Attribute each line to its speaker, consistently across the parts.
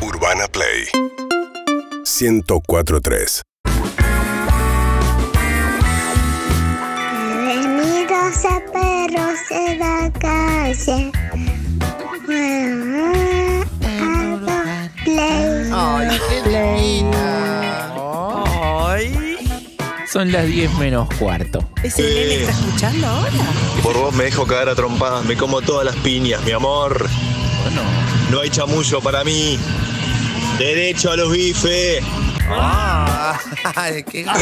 Speaker 1: Urbana Play 104.3
Speaker 2: Bienvenidos a Perros en la Calle. Urbana Play.
Speaker 3: Ay, qué divina.
Speaker 4: Son las 10 menos cuarto.
Speaker 5: ¿Ese nene está escuchando ahora?
Speaker 6: Por vos me dejo caer a trompadas, me como todas las piñas, mi amor.
Speaker 4: Bueno.
Speaker 6: No hay chamullo para mí. Derecho a los bifes.
Speaker 3: Ah. Ay, qué gato.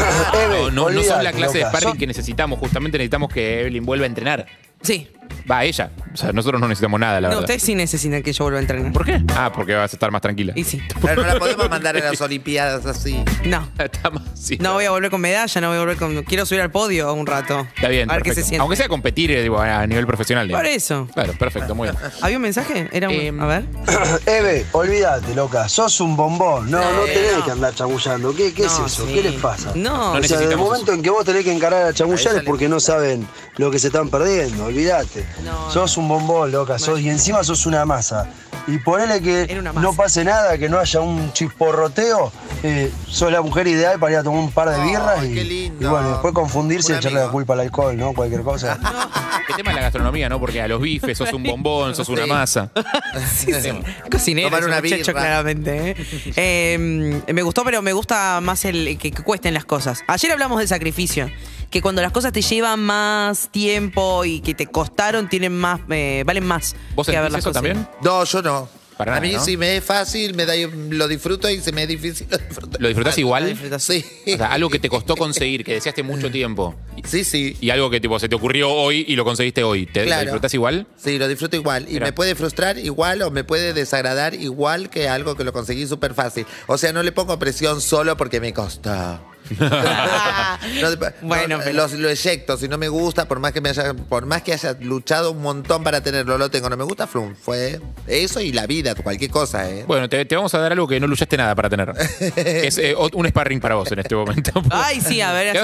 Speaker 4: No, no, no son la clase de sparring que necesitamos. Justamente necesitamos que Evelyn vuelva a entrenar.
Speaker 5: Sí.
Speaker 4: Va, ella. O sea, nosotros no necesitamos nada, la
Speaker 5: No,
Speaker 4: verdad.
Speaker 5: ustedes sí necesitan que yo vuelva a entrenar.
Speaker 4: ¿Por qué? Ah, porque vas a estar más tranquila.
Speaker 5: Y sí.
Speaker 3: Pero no la podemos mandar a las Olimpiadas así.
Speaker 5: No.
Speaker 4: Está más- sí.
Speaker 5: No voy a volver con medalla, no voy a volver con. Quiero subir al podio un rato.
Speaker 4: Está bien.
Speaker 5: A ver qué se
Speaker 4: perfecto.
Speaker 5: siente.
Speaker 4: Aunque sea competir eh, digo, a nivel profesional. digo.
Speaker 5: Por eso.
Speaker 4: Claro, perfecto, muy bien.
Speaker 5: ¿Había un mensaje? Era un.
Speaker 4: Em,
Speaker 5: a ver.
Speaker 7: Eve, olvídate, loca, sos un bombón. No, no,
Speaker 5: No,
Speaker 7: tenés
Speaker 5: no.
Speaker 7: que andar chamullando. ¿Qué, qué
Speaker 5: No,
Speaker 7: es eso?
Speaker 5: sí.
Speaker 7: ¿Qué les pasa?
Speaker 5: No,
Speaker 4: No
Speaker 7: O sea, en el
Speaker 4: necesitamos
Speaker 7: momento en que vos tenés que encarar a chamullar
Speaker 3: Ahí
Speaker 7: es
Speaker 3: sale.
Speaker 7: porque no saben lo que se están perdiendo, olvídate.
Speaker 5: No,
Speaker 7: sos un bombón, loca, sos, y encima sos una masa. Y ponele que
Speaker 5: Era una masa.
Speaker 7: no pase nada, que no haya un chisporroteo, eh, sos la mujer ideal para ir a tomar un par de
Speaker 3: Ay,
Speaker 7: birras y,
Speaker 3: qué lindo.
Speaker 7: y bueno, después confundirse
Speaker 3: Un
Speaker 7: y echarle la
Speaker 3: amigo.
Speaker 7: culpa al alcohol, ¿no? Cualquier cosa.
Speaker 4: El tema de la gastronomía, ¿no? Porque a los bifes sos un bombón, sos una
Speaker 3: Sí.
Speaker 4: masa.
Speaker 5: Sí, sí. Cocinero,
Speaker 3: Tomar
Speaker 5: es un
Speaker 3: una
Speaker 5: muchacho,
Speaker 3: birra.
Speaker 5: claramente. ¿eh? Eh, me gustó, pero me gusta más el que, que cuesten las cosas. Ayer hablamos del sacrificio, que cuando las cosas te llevan más tiempo y que te costaron, tienen más, eh, valen más.
Speaker 4: ¿Vos
Speaker 5: que
Speaker 4: sentís
Speaker 5: haberlas
Speaker 4: eso también?
Speaker 3: No, yo no.
Speaker 4: Para nada,
Speaker 3: a mí
Speaker 4: ¿no?
Speaker 3: si me es fácil, me da, lo disfruto y si me es difícil, lo disfruto.
Speaker 4: ¿Lo disfrutás
Speaker 5: Lo
Speaker 4: igual?
Speaker 5: disfrutás.
Speaker 3: Sí.
Speaker 4: O sea, algo que te costó conseguir, que deseaste mucho tiempo. Y-
Speaker 3: Sí, sí.
Speaker 4: Y algo que tipo se te ocurrió hoy y lo conseguiste hoy. ¿Te lo
Speaker 3: Claro.
Speaker 4: disfrutás igual?
Speaker 3: Sí, lo disfruto igual. Y
Speaker 4: Mira.
Speaker 3: me puede frustrar igual o me puede desagradar igual que algo que lo conseguí súper fácil. O sea, no le pongo presión solo porque me costó.
Speaker 5: Bueno,
Speaker 3: bueno,
Speaker 5: pero-
Speaker 3: lo eyecto. Si no me gusta, por más que me haya, por más que haya luchado un montón para tenerlo, lo tengo. No me gusta, flum. Fue eso y la vida, cualquier cosa, ¿eh?
Speaker 4: Bueno, te, te vamos a dar algo que no luchaste nada para tener. es eh, ot- un sparring para vos en este momento.
Speaker 5: Ay, sí, a ver.
Speaker 4: Te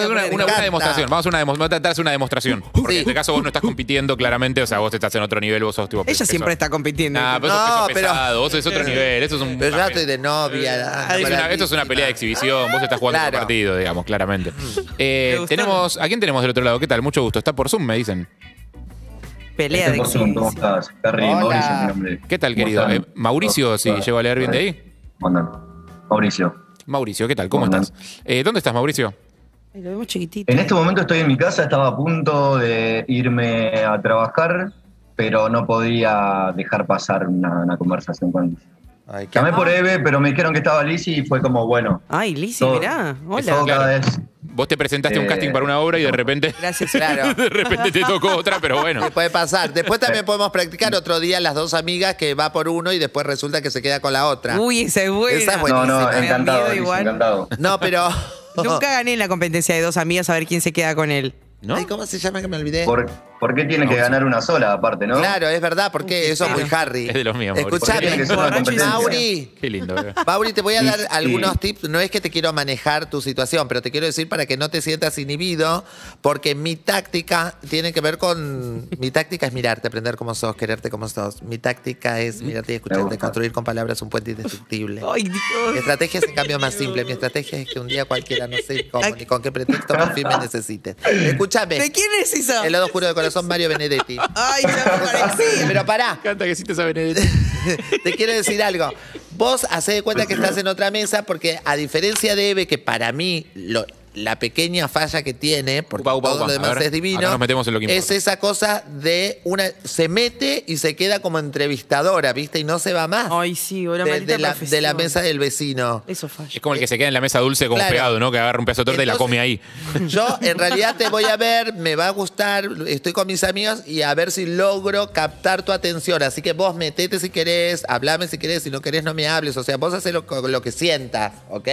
Speaker 4: vamos a hacer
Speaker 5: hacemos una-
Speaker 4: una, una- una demostración. Vamos a,
Speaker 3: encanta.
Speaker 4: hacer una demo- vamos a tratar de hacer una demostración. Porque en este caso vos no estás compitiendo claramente, o sea, vos estás en otro nivel, vos sos tipo.
Speaker 5: Ella siempre está compitiendo.
Speaker 4: Ah, pero, sos
Speaker 3: No,
Speaker 4: peso
Speaker 3: pero-
Speaker 4: pesado, vos es otro nivel. Eso es un.
Speaker 3: Pero yo
Speaker 4: una
Speaker 3: ya
Speaker 4: pe-
Speaker 3: estoy de novia.
Speaker 4: Ah, es una- esto es una pelea de exhibición, vos estás jugando
Speaker 3: Claro.
Speaker 4: tu partido, digamos, claramente. Eh,
Speaker 5: Mm. Me gustó.
Speaker 4: tenemos, ¿A quién tenemos del otro lado? ¿Qué tal? Mucho gusto. Está por Zoom, me dicen.
Speaker 5: Pelea de
Speaker 8: Por Zoom, ¿Cómo
Speaker 5: exhibición.
Speaker 8: estás? Carrie,
Speaker 3: Hola.
Speaker 8: Mauricio, mi nombre.
Speaker 4: ¿Qué tal,
Speaker 8: ¿Cómo
Speaker 4: querido?
Speaker 8: están?
Speaker 4: Eh, Mauricio, si
Speaker 8: Hola.
Speaker 4: llego a leer bien de ahí.
Speaker 8: ¿Cómo andan? Mauricio.
Speaker 4: Mauricio, ¿qué tal? ¿Cómo
Speaker 8: Hola.
Speaker 4: estás? Eh, ¿Dónde estás, Mauricio?
Speaker 5: Ay, Lo vemos chiquitito.
Speaker 8: En este momento estoy en mi casa, estaba a punto de irme a trabajar, pero no podía dejar pasar una, una conversación con Liz.
Speaker 3: Ay, qué-
Speaker 8: Llamé por
Speaker 5: Ah.
Speaker 8: Eve, pero me dijeron que estaba Liz y fue como, bueno,
Speaker 5: Ay, Lizzy,
Speaker 8: Todo-
Speaker 5: mirá.
Speaker 8: todo
Speaker 5: Hola.
Speaker 4: Exacto.
Speaker 8: cada
Speaker 4: Claro.
Speaker 8: vez...
Speaker 4: Vos te presentaste a un
Speaker 8: Eh,
Speaker 4: casting para una obra y de repente.
Speaker 5: Gracias.
Speaker 3: Claro.
Speaker 4: de repente te tocó otra, pero bueno.
Speaker 3: Te Puede pasar. Después
Speaker 8: Eh.
Speaker 3: también podemos practicar otro día las dos amigas que va por uno y después resulta que se queda con la otra.
Speaker 5: Uy, esa es buena.
Speaker 3: Esa es buena.
Speaker 8: No, no,
Speaker 3: buenísimo, me da
Speaker 8: encantado,
Speaker 5: miedo
Speaker 8: Liz,
Speaker 5: igual.
Speaker 8: encantado.
Speaker 3: No, pero.
Speaker 5: Nunca gané en la competencia de dos amigas a ver quién se queda con él.
Speaker 4: ¿No?
Speaker 3: Ay, ¿Cómo se llama que me olvidé?
Speaker 8: ¿Por, por qué tiene que ganar una sola aparte, no?
Speaker 3: Claro, es verdad, porque eso es muy Harry.
Speaker 4: Es de los míos, Mauri.
Speaker 8: Porque tiene
Speaker 3: Escuchame,
Speaker 8: que ser una
Speaker 5: borracho y
Speaker 8: competencia.
Speaker 3: Mauri.
Speaker 4: Qué lindo, bro.
Speaker 3: Mauri, te voy a
Speaker 8: Y-
Speaker 3: dar algunos
Speaker 8: y-
Speaker 3: tips. No es que te quiero manejar tu situación, pero te quiero decir para que no te sientas inhibido, porque mi táctica tiene que ver con. Mi táctica es mirarte, aprender cómo sos, quererte como sos. Mi táctica es mirarte y escucharte,
Speaker 8: gusta.
Speaker 3: construir con palabras un puente indescriptible.
Speaker 5: Ay,
Speaker 3: Mi
Speaker 5: Dios.
Speaker 3: estrategia es en cambio más simple. Mi estrategia es que un día cualquiera, no sé cómo ni con qué pretexto, por fin me necesites.
Speaker 5: ¿De
Speaker 3: Escúchame.
Speaker 5: quién es esa?
Speaker 3: El lado oscuro de corazón, Mario Benedetti.
Speaker 5: Ay, ya me parecía.
Speaker 3: Pero pará,
Speaker 4: Canta que sí te saben el-
Speaker 3: te quiero decir algo. Vos hacés de cuenta que estás en otra mesa porque a diferencia de Eve, que para mí lo- la pequeña falla que tiene, porque
Speaker 4: Upa, upa,
Speaker 3: todo
Speaker 4: upa.
Speaker 3: lo
Speaker 4: A
Speaker 3: demás
Speaker 4: ver,
Speaker 3: es divino,
Speaker 4: acá nos metemos en lo que
Speaker 3: es
Speaker 4: importa.
Speaker 3: esa cosa de una... Se mete y se queda como entrevistadora, ¿viste? Y no se va más
Speaker 5: Ay, sí, ahora
Speaker 3: de,
Speaker 5: maldita
Speaker 3: de la,
Speaker 5: profesión.
Speaker 3: de la mesa del vecino.
Speaker 5: Eso falla.
Speaker 4: Es como el que se queda en la mesa dulce como
Speaker 3: Claro.
Speaker 4: pegado, ¿no? Que agarra un pedazo de torta y la
Speaker 3: Entonces-
Speaker 4: come ahí.
Speaker 3: Yo en realidad te voy a ver, me va a gustar, estoy con mis amigos y a ver si logro captar tu atención. Así que vos metete si querés, hablame si querés, si no querés no me hables. O sea, vos haces lo, lo que sientas, ¿ok?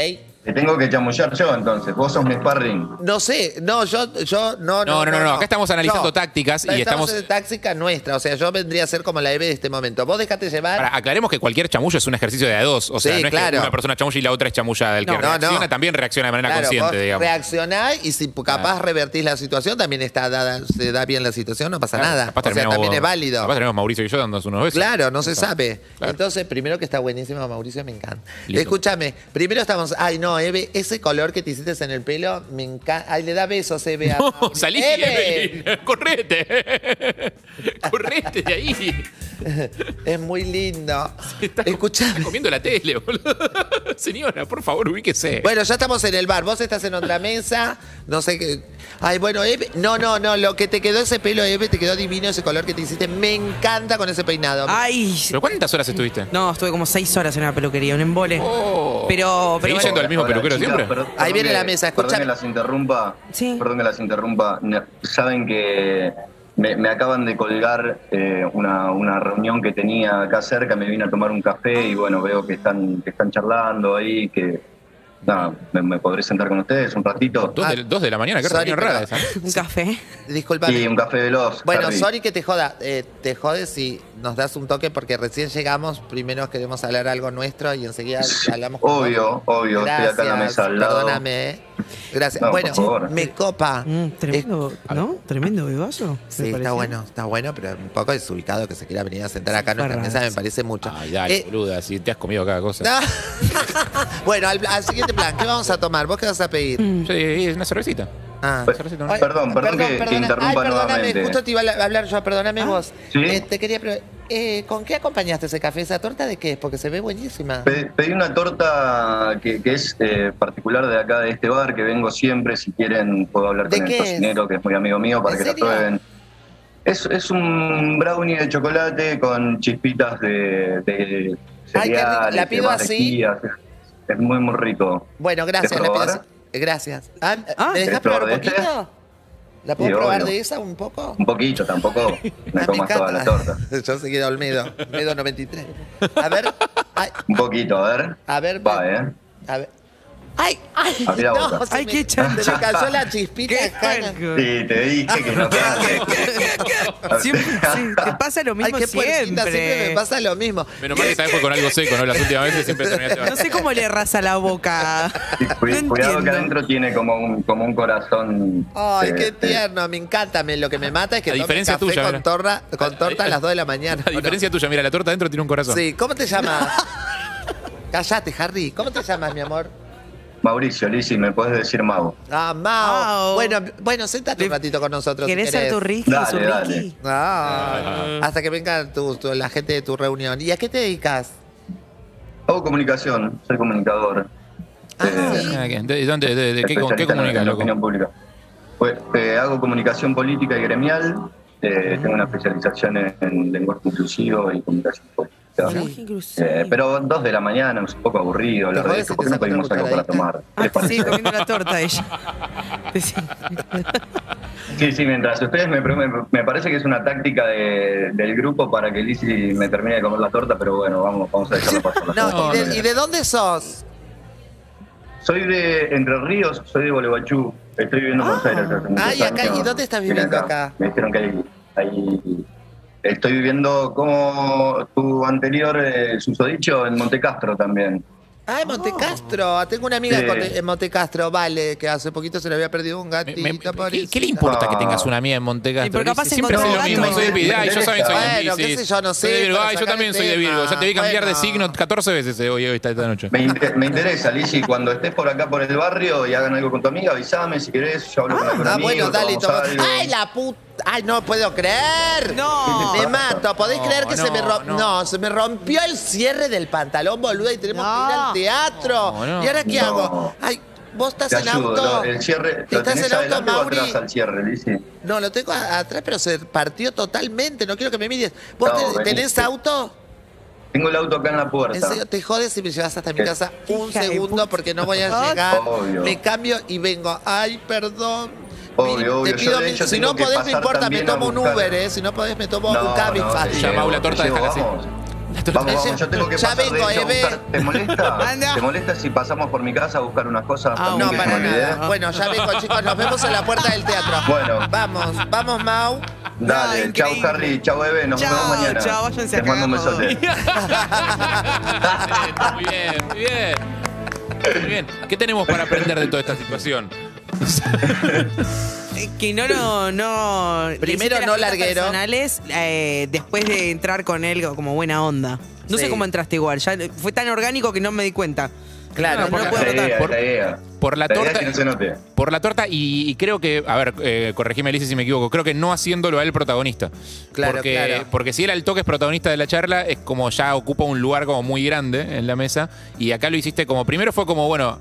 Speaker 8: Te tengo que chamullar yo entonces. Vos sos mi sparring.
Speaker 3: No sé, no, yo, yo no,
Speaker 4: No, no, no, no, acá estamos analizando tácticas y
Speaker 3: Estamos
Speaker 4: estamos-
Speaker 3: en táctica nuestra, o sea, yo vendría a ser como la EVE de este momento. Vos dejate llevar.
Speaker 4: Ahora, aclaremos que cualquier chamullo es un ejercicio de a dos. O sea,
Speaker 3: Sí,
Speaker 4: no es
Speaker 3: claro.
Speaker 4: que una persona chamulla y la otra es chamullada. El que
Speaker 5: No.
Speaker 3: No, no.
Speaker 4: reacciona también reacciona de manera
Speaker 3: Claro,
Speaker 4: consciente,
Speaker 3: vos
Speaker 4: digamos.
Speaker 3: reaccionás y si capaz revertís la situación, también está dada, se da bien la situación, no pasa
Speaker 4: Claro,
Speaker 3: nada.
Speaker 4: capaz
Speaker 3: O sea,
Speaker 4: terminamos-
Speaker 3: también es válido.
Speaker 4: Capaz tenemos Mauricio y yo dándonos unos besos.
Speaker 3: Claro, no se sabe.
Speaker 4: Claro.
Speaker 3: Entonces, primero que está buenísimo, Mauricio, me encanta.
Speaker 4: Listo.
Speaker 3: Escúchame, primero estamos. Ay, no, Eve, ese color que te hiciste en el pelo, me encanta. Ay, le da besos, Eve. a
Speaker 4: No,
Speaker 3: Mauricio.
Speaker 4: salí,
Speaker 3: Eve,
Speaker 4: Evelyn. Correte. Correte de ahí.
Speaker 3: Es muy lindo.
Speaker 4: Está com- está
Speaker 3: Escúchame.
Speaker 4: comiendo la tele, boludo. Señora, por favor, ubíquese.
Speaker 3: Bueno, ya estamos en el bar. Vos estás en otra mesa. No sé qué. Ay, bueno, Eve. No, no, no. Lo que te quedó ese pelo, Eve, te quedó divino ese color que te hiciste. Me encanta con ese peinado.
Speaker 5: Ay,
Speaker 4: ¿Pero cuántas horas estuviste?
Speaker 5: no, estuve como seis horas en una peluquería, un embole.
Speaker 4: Oh.
Speaker 5: Pero, pero
Speaker 4: ¿Seguís
Speaker 5: bueno.
Speaker 4: yendo al mismo
Speaker 8: Hola,
Speaker 4: peluquero
Speaker 8: chicas,
Speaker 4: siempre?
Speaker 8: per-
Speaker 3: Ahí
Speaker 8: perdón
Speaker 3: viene
Speaker 8: que-
Speaker 3: la mesa,
Speaker 8: Perdón
Speaker 3: escucha-
Speaker 8: que las interrumpa.
Speaker 5: Sí.
Speaker 8: Perdón que las interrumpa. Ne- Saben que me, me acaban de colgar eh, una, una reunión que tenía acá cerca, me vine a tomar un café y bueno, veo que están, que están charlando ahí, que nada, me, me podré sentar con ustedes un ratito.
Speaker 4: Dos, de, dos de la mañana, qué
Speaker 3: Sorry,
Speaker 4: reunión rara
Speaker 3: pero-
Speaker 4: esa.
Speaker 5: Un café.
Speaker 3: Disculpame.
Speaker 8: Sí, un café veloz.
Speaker 3: Bueno,
Speaker 8: Harry.
Speaker 3: sorry que te joda. Eh, te jode si nos das un toque porque recién llegamos. Primero queremos hablar algo nuestro y enseguida hablamos con
Speaker 8: Obvio,
Speaker 3: vos.
Speaker 8: obvio,
Speaker 3: Gracias,
Speaker 8: estoy acá en la mesa al lado.
Speaker 3: Perdóname, ¿eh? Gracias.
Speaker 8: No, por
Speaker 3: bueno,
Speaker 8: favor.
Speaker 3: me copa.
Speaker 5: Mm, tremendo, ¿no? Tremendo bebazo. me
Speaker 3: Sí, está
Speaker 5: pareció.
Speaker 3: bueno, está bueno, pero un poco desubicado que se quiera venir a sentar acá en nuestra
Speaker 5: Barras.
Speaker 3: mesa, me parece mucho.
Speaker 4: Ay, dale,
Speaker 3: Eh,
Speaker 4: boluda, si te has comido cada cosa.
Speaker 3: no. bueno, al, al siguiente plan, ¿qué vamos a tomar? ¿Vos qué vas a
Speaker 5: Mm.
Speaker 3: pedir?
Speaker 4: Sí, una cervecita.
Speaker 3: Ah.
Speaker 8: Pe-
Speaker 4: Perdón,
Speaker 3: Ay,
Speaker 8: perdón, perdón que- que
Speaker 3: perdona.
Speaker 8: interrumpa
Speaker 3: Ay, perdóname,
Speaker 8: nuevamente. Ah,
Speaker 3: Justo te iba a hablar yo, perdóname vos.
Speaker 8: ¿Sí?
Speaker 3: Eh, te quería pre- eh, ¿Con qué acompañaste ese café? ¿Esa torta de qué es? Porque se ve buenísima.
Speaker 8: Pe- Pedí una torta que, que es eh, particular de acá, de este bar, que vengo siempre. Si quieren, puedo hablar
Speaker 3: ¿De
Speaker 8: con
Speaker 3: qué
Speaker 8: el
Speaker 3: es?
Speaker 8: cocinero, que es muy amigo mío, para
Speaker 3: ¿En
Speaker 8: que
Speaker 3: serio?
Speaker 8: la prueben. Es, es un brownie de chocolate con chispitas de, de
Speaker 3: Ay, qué rico.
Speaker 8: cereal.
Speaker 3: ¿La pido así?
Speaker 8: Es muy, muy rico.
Speaker 3: Bueno, gracias.
Speaker 8: ¿Te
Speaker 3: la
Speaker 8: puedo
Speaker 3: pido
Speaker 8: probar?
Speaker 3: así. gracias. Ah,
Speaker 5: Ah.
Speaker 3: ¿Me dejás
Speaker 8: ¿Te puedo
Speaker 3: probar un
Speaker 8: probar de esta?
Speaker 3: poquito? ¿La puedo
Speaker 8: Sí,
Speaker 3: probar
Speaker 8: obvio.
Speaker 3: de esa un poco?
Speaker 8: Un poquito, tampoco
Speaker 3: Ah,
Speaker 8: me comas toda la torta.
Speaker 3: Yo seguí de Olmedo, Olmedo 93. A ver, ay,
Speaker 8: Un poquito, a ver.
Speaker 3: a ver.
Speaker 8: Va, ¿eh?
Speaker 3: A ver. ¡Ay! ¡Ay!
Speaker 8: Abrí la
Speaker 3: no,
Speaker 8: boca.
Speaker 3: se
Speaker 5: Ay,
Speaker 3: me-
Speaker 5: qué chancha.
Speaker 3: Se me cayó la chispita.
Speaker 5: Qué
Speaker 3: Hanna.
Speaker 5: puerco.
Speaker 8: Sí, te dije que no te
Speaker 5: Siempre, sí, te pasa lo
Speaker 3: Ay,
Speaker 5: mismo
Speaker 3: qué puerquita,
Speaker 5: siempre.
Speaker 3: siempre me pasa lo mismo.
Speaker 4: Menos mal que esta vez fue con algo seco, ¿no? Las últimas veces siempre terminaste
Speaker 5: No sé cómo le rasa la boca.
Speaker 8: Sí, cu-
Speaker 5: No
Speaker 8: cuidado que
Speaker 5: entiendo.
Speaker 8: adentro tiene como un, como un corazón.
Speaker 3: Ay,
Speaker 8: eh,
Speaker 3: qué
Speaker 8: eh,
Speaker 3: tierno, me encanta. Me- lo que me mata es que
Speaker 4: A
Speaker 3: tome
Speaker 4: diferencia
Speaker 3: café
Speaker 4: tuya,
Speaker 3: con,
Speaker 4: mira.
Speaker 3: torra- con torta a
Speaker 4: a-
Speaker 3: las 2 de la mañana.
Speaker 4: A diferencia tuya, mira, la torta adentro tiene un corazón.
Speaker 3: Sí, ¿cómo te llamas? Callate, Harry. ¿Cómo te llamas, mi amor?
Speaker 8: Mauricio, Lizzy, me puedes decir Mau.
Speaker 3: Ah, Mao.
Speaker 5: Mao.
Speaker 3: Bueno, bueno, sentate un ratito con nosotros. si
Speaker 5: ¿Querés ser tu Ricky?
Speaker 8: Dale,
Speaker 5: su
Speaker 8: dale.
Speaker 5: Ricky?
Speaker 3: Ah, hasta que venga tu- tu- la gente de tu reunión. ¿Y a qué te dedicas?
Speaker 8: Hago comunicación, soy comunicador. Eh,
Speaker 3: Ah,
Speaker 4: Ah, ¿qué? ¿De, dónde, de, de qué,
Speaker 8: especialista
Speaker 4: qué
Speaker 8: en la-
Speaker 4: comunicas,
Speaker 8: en la
Speaker 4: loco?
Speaker 8: opinión pública. Pues, eh, hago comunicación política y gremial. eh, Tengo una especialización en, en lenguaje inclusivo y comunicación política.
Speaker 5: Lenguaje inclusivo.
Speaker 8: Eh, pero dos de la mañana es un poco aburrido hablar
Speaker 3: Te
Speaker 8: de
Speaker 3: jodes
Speaker 8: esto.
Speaker 3: si
Speaker 8: ¿Por
Speaker 3: te
Speaker 8: qué no
Speaker 3: saco una
Speaker 8: pedimos algo para
Speaker 3: cucharadita.
Speaker 8: tomar?
Speaker 5: Ah,
Speaker 8: ¿Les
Speaker 5: te sigue
Speaker 8: parece?
Speaker 5: comiendo la torta ella. Te sigue-
Speaker 8: Sí, sí, mientras ustedes me, me, me parece que es una táctica de- del grupo para que Lizzy me termine de comer la torta, pero bueno, vamos, vamos a dejarlo pasar.
Speaker 3: No, ¿y,
Speaker 4: no,
Speaker 3: de, y de dónde sos?
Speaker 8: Soy de Entre Ríos, soy de Gualeguaychú, estoy viviendo en Buenos Aires. hace muchos
Speaker 3: Ah, y acá,
Speaker 8: años.
Speaker 3: ¿y dónde estás
Speaker 8: Vine
Speaker 3: viviendo acá?
Speaker 8: Me dijeron que ahí, ahí- estoy viviendo como tu anterior eh, susodicho en Monte Castro también.
Speaker 3: Ah, en
Speaker 4: Oh.
Speaker 3: Montecastro. Ah, Tengo una amiga
Speaker 8: Sí.
Speaker 3: con- en Montecastro, vale, que hace poquito se le había perdido un
Speaker 4: Me-
Speaker 3: gatito.
Speaker 4: me- ¿qué, qué le
Speaker 3: pobrecita.
Speaker 4: importa que
Speaker 8: No.
Speaker 4: tengas una mía en Montecastro?
Speaker 5: Y pero capaz
Speaker 4: Lizzy? siempre
Speaker 5: encontró
Speaker 4: haces lo
Speaker 5: un
Speaker 4: mismo.
Speaker 5: gato.
Speaker 4: Soy de Virgo. Ay, yo saben, soy de
Speaker 3: Bueno,
Speaker 4: Piscis.
Speaker 3: qué sé yo, no sé,
Speaker 4: Soy de Virgo.
Speaker 3: para
Speaker 4: Ay, yo
Speaker 3: sacar
Speaker 4: también
Speaker 3: el
Speaker 4: soy de
Speaker 3: tema.
Speaker 4: Virgo. Ya te vi cambiar
Speaker 3: Bueno.
Speaker 4: de signo 14 veces eh, hoy, hoy esta, esta noche.
Speaker 8: Me, inte- me interesa, Lizzy, cuando estés por acá, por el barrio y hagan algo con tu amiga, avísame si querés, yo hablo con algún
Speaker 3: Ah,
Speaker 8: amigo,
Speaker 3: bueno, dale,
Speaker 8: tomamos
Speaker 3: toma.
Speaker 8: algo.
Speaker 3: ¡Ay, la puta! ¡Ay, no puedo creer!
Speaker 5: No.
Speaker 3: Me mato. ¿Podés
Speaker 4: No,
Speaker 3: creer que se me
Speaker 4: no,
Speaker 3: rompió? No.
Speaker 4: no.
Speaker 3: se me rompió el cierre del pantalón, boluda, y tenemos que ir
Speaker 5: No.
Speaker 3: al teatro.
Speaker 4: No, no.
Speaker 3: ¿Y ahora qué
Speaker 8: No.
Speaker 3: hago? Ay, vos estás
Speaker 8: Te
Speaker 3: en
Speaker 8: ayudo,
Speaker 3: auto.
Speaker 8: ¿no? el cierre, ¿lo
Speaker 3: Estás
Speaker 8: tenés
Speaker 3: en auto,
Speaker 8: adelante o
Speaker 3: Mauri.
Speaker 8: atrás al cierre, Lizzy?
Speaker 3: No, lo tengo a- atrás, pero se partió totalmente. No quiero que me mires. ¿Vos
Speaker 8: No,
Speaker 3: te-
Speaker 8: vení.
Speaker 3: tenés auto?
Speaker 8: Tengo el auto acá en la
Speaker 3: En
Speaker 8: puerta.
Speaker 3: serio, te jodes si me llevas hasta mi
Speaker 8: ¿Qué?
Speaker 3: casa un
Speaker 5: Hija de
Speaker 3: segundo
Speaker 5: puta.
Speaker 3: porque no voy a llegar.
Speaker 8: Obvio.
Speaker 3: Me cambio y vengo. Ay, perdón.
Speaker 8: Obvio,
Speaker 3: Mil-
Speaker 8: obvio.
Speaker 3: Te
Speaker 8: Yo,
Speaker 3: pido
Speaker 8: de
Speaker 3: mil-
Speaker 8: hecho,
Speaker 3: si
Speaker 8: tengo
Speaker 3: no
Speaker 8: que
Speaker 3: podés, no
Speaker 8: pasar
Speaker 3: importa, me
Speaker 8: también a
Speaker 3: tomo un
Speaker 8: buscar.
Speaker 3: Uber, ¿eh? Si no podés, me tomo
Speaker 8: No,
Speaker 3: un
Speaker 8: no, te
Speaker 3: Cabify.
Speaker 8: llevo,
Speaker 4: Llamá una torta,
Speaker 8: te llevo,
Speaker 4: déjala así.
Speaker 8: vamos. Vamos,
Speaker 3: Ya-
Speaker 8: vamos, yo tengo que
Speaker 3: ya
Speaker 8: pasar de
Speaker 3: vengo,
Speaker 8: hecho a
Speaker 3: Eve.
Speaker 8: buscar- ¿Te molesta?
Speaker 5: Anda.
Speaker 8: ¿Te molesta si pasamos por mi casa a buscar unas cosas
Speaker 5: Ah,
Speaker 8: también
Speaker 3: No,
Speaker 8: que
Speaker 3: para
Speaker 8: se me ¿eh? olvidé?
Speaker 3: nada. Bueno, ya vengo, chicos. Nos vemos en la puerta del teatro.
Speaker 8: Bueno.
Speaker 3: Vamos, vamos, Mau.
Speaker 8: Dale,
Speaker 5: No,
Speaker 8: chau
Speaker 5: increíble.
Speaker 8: Harry, chau Eve, nos
Speaker 5: Chao,
Speaker 8: vemos mañana.
Speaker 5: chao, váyanse a
Speaker 8: Te mando un
Speaker 5: cagar
Speaker 8: besote.
Speaker 4: Excelente, Muy bien, muy bien. Muy bien. ¿Qué tenemos para aprender de toda esta situación?
Speaker 5: Eh, Que no, no, no. le hiciste
Speaker 3: Primero
Speaker 5: las
Speaker 3: no
Speaker 5: cosas
Speaker 3: larguero.
Speaker 5: Personales, eh, después de entrar con él como buena onda. No sé
Speaker 3: Sí.
Speaker 5: cómo entraste igual. Ya eh, fue tan orgánico que no me di cuenta.
Speaker 3: Claro,
Speaker 5: no,
Speaker 4: porque-
Speaker 5: puedo
Speaker 8: La
Speaker 5: notar.
Speaker 8: idea,
Speaker 4: Por-
Speaker 8: la idea.
Speaker 4: por la
Speaker 8: idea es
Speaker 4: torta-
Speaker 8: que no se note.
Speaker 4: Por la torta, y, y creo que, a ver, eh, corregime Alicia si me equivoco, creo que no haciéndolo a él protagonista.
Speaker 3: Claro,
Speaker 4: porque,
Speaker 3: claro.
Speaker 4: porque si él al toque es protagonista de la charla, es como ya ocupa un lugar como muy grande en la mesa. Y acá lo hiciste como, primero fue como, bueno,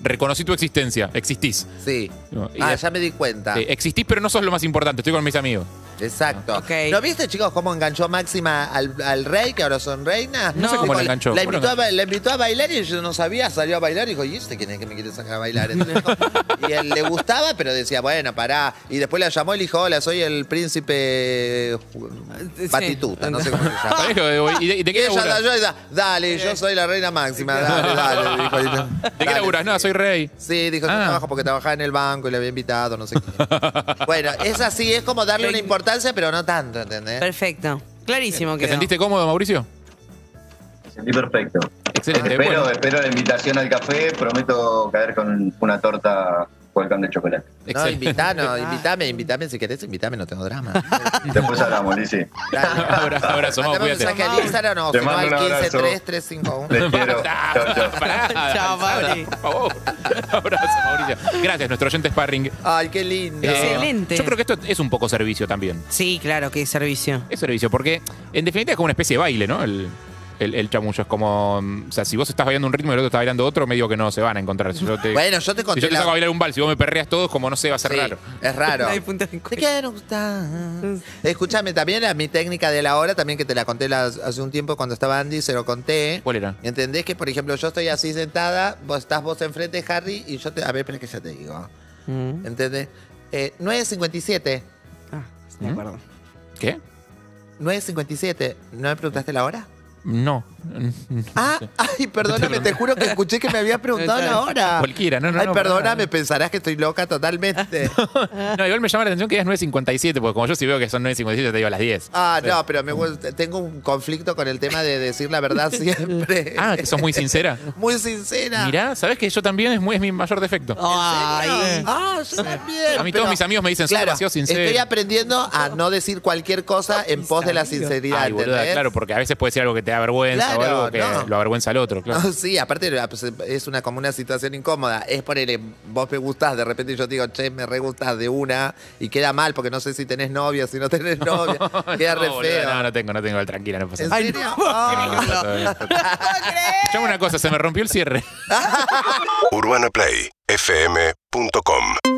Speaker 4: reconocí tu existencia, existís.
Speaker 3: Sí.
Speaker 4: No, y
Speaker 3: Ah,
Speaker 4: de-
Speaker 3: ya me di cuenta.
Speaker 4: Eh, existís, pero no sos lo más importante, estoy con mis amigos.
Speaker 3: Exacto.
Speaker 5: Ok.
Speaker 3: ¿No viste, chicos, cómo enganchó Máxima al, al rey, que ahora son reinas?
Speaker 4: No sé cómo
Speaker 3: Tipo,
Speaker 4: la enganchó.
Speaker 3: La
Speaker 4: ¿Cómo
Speaker 3: invitó,
Speaker 4: la
Speaker 3: a, ba- la invitó a bailar y yo no sabía, salió a bailar y dijo, ¿y este quién es que me quiere sacar a bailar? Entonces, y él le gustaba, pero decía, bueno, pará. Y después la llamó y le dijo, hola, soy el príncipe
Speaker 5: Sí.
Speaker 3: Batituta, no sé cómo se llama.
Speaker 4: Parejo, eh, ¿Y de, y de
Speaker 3: Y
Speaker 4: qué
Speaker 3: Ah. ella
Speaker 4: laburas?
Speaker 3: cayó y da- dale, yo soy la reina máxima, dale, dale. dijo, y no-
Speaker 4: ¿De qué
Speaker 3: dale.
Speaker 4: laburas? No, soy rey.
Speaker 3: Sí, dijo, yo
Speaker 4: Ah.
Speaker 3: trabajo porque trabajaba en el banco y le había invitado, no sé qué. bueno, es así, es como darle una importancia, pero no tanto, ¿entendés?
Speaker 5: Perfecto. Clarísimo
Speaker 4: ¿Te
Speaker 5: que
Speaker 4: sentiste cómodo, Mauricio?
Speaker 8: Me sentí perfecto.
Speaker 4: Excelente.
Speaker 8: espero,
Speaker 4: bueno,
Speaker 8: espero la invitación al café, prometo caer con una torta volcán de chocolate.
Speaker 3: No,
Speaker 4: excelente.
Speaker 3: invitanos, invitame, invitame si querés, invitame, no tengo drama.
Speaker 8: Después hablamos, Lizzy.
Speaker 3: Dale.
Speaker 4: Abrazo, abrazo, Mau,
Speaker 3: Mandame un
Speaker 4: cuídate.
Speaker 3: mensaje al Instagram o
Speaker 8: Te
Speaker 3: si no al
Speaker 8: mando un abrazo.
Speaker 3: 153351.
Speaker 8: Les quiero. Chau, chau.
Speaker 4: Pará,
Speaker 5: Chao,
Speaker 4: avanzada,
Speaker 5: Mauri.
Speaker 4: Por favor. Abrazo, Mauricio. Gracias, nuestro oyente Sparring.
Speaker 3: Ay, qué lindo.
Speaker 4: Eh,
Speaker 5: Excelente.
Speaker 4: Yo creo que esto es un poco servicio también.
Speaker 5: Sí, claro, que servicio.
Speaker 4: Es servicio, porque en definitiva es como una especie de baile, ¿no? El, el, el chamullo es como. mm, O sea, si vos estás bailando un ritmo y el otro está bailando otro, medio que no se van a encontrar. Si yo te,
Speaker 3: Bueno, yo te
Speaker 4: si
Speaker 3: conté
Speaker 4: yo te
Speaker 3: la-
Speaker 4: saco a bailar un bal, si vos me perreas todos, como no sé, va a ser
Speaker 3: Sí,
Speaker 4: raro.
Speaker 3: Es raro.
Speaker 5: No hay punto de
Speaker 3: Te
Speaker 5: encuentro.
Speaker 3: quiero gustar. Escúchame, también a mi técnica de la hora, también que te la conté la- hace un tiempo cuando estaba Andy, se lo conté.
Speaker 4: ¿Cuál era?
Speaker 3: ¿Entendés que, por ejemplo, yo estoy así sentada, vos estás vos enfrente, Harry, y yo te. A ver, espera que ya te digo.
Speaker 5: Mm.
Speaker 3: ¿Entendés? Eh, 9.57.
Speaker 5: Ah, de acuerdo.
Speaker 4: ¿Qué?
Speaker 3: 9.57. ¿No me preguntaste la hora?
Speaker 4: No.
Speaker 3: Ah, ay, perdóname, te juro que escuché que me había preguntado la hora.
Speaker 4: Cualquiera, no, no,
Speaker 3: Ay,
Speaker 4: no, para
Speaker 3: perdóname,
Speaker 4: nada.
Speaker 3: pensarás que estoy loca totalmente.
Speaker 4: No, igual me llama la atención que ya es 9.57, porque como yo si veo que son 9.57, te digo a las 10.
Speaker 3: Ah, no, pero me, gusta- tengo un conflicto con el tema de decir la verdad siempre.
Speaker 4: Ah, que sos muy sincera.
Speaker 3: Muy sincera.
Speaker 4: Mirá, ¿sabés que yo también es, muy, es mi mayor defecto?
Speaker 5: Ay.
Speaker 3: Ah, yo también.
Speaker 4: A mí todos mis amigos me dicen, "Sos demasiado sincero".
Speaker 3: Estoy aprendiendo a no decir cualquier cosa en pos de la sinceridad.
Speaker 4: Ay, boluda,
Speaker 3: ¿entendés?
Speaker 4: claro, porque a veces puede ser algo que te da vergüenza
Speaker 3: Claro,
Speaker 4: o algo que
Speaker 3: no.
Speaker 4: lo avergüenza al otro, claro.
Speaker 3: No, sí, aparte pues, es una como una situación incómoda. Es ponerle, vos me gustás, de repente yo te digo, che, me re gustás de una, y queda mal porque no sé si tenés novia, si no tenés novia. queda
Speaker 4: No,
Speaker 3: re
Speaker 4: boluda,
Speaker 3: feo.
Speaker 4: No, no tengo, no tengo, tranquila, no pasa
Speaker 3: ¿En
Speaker 4: nada.
Speaker 3: serio?
Speaker 4: No
Speaker 3: Ah.
Speaker 4: pasa nada. Escuchame una cosa, se me rompió el cierre.
Speaker 1: UrbanaPlayFM.com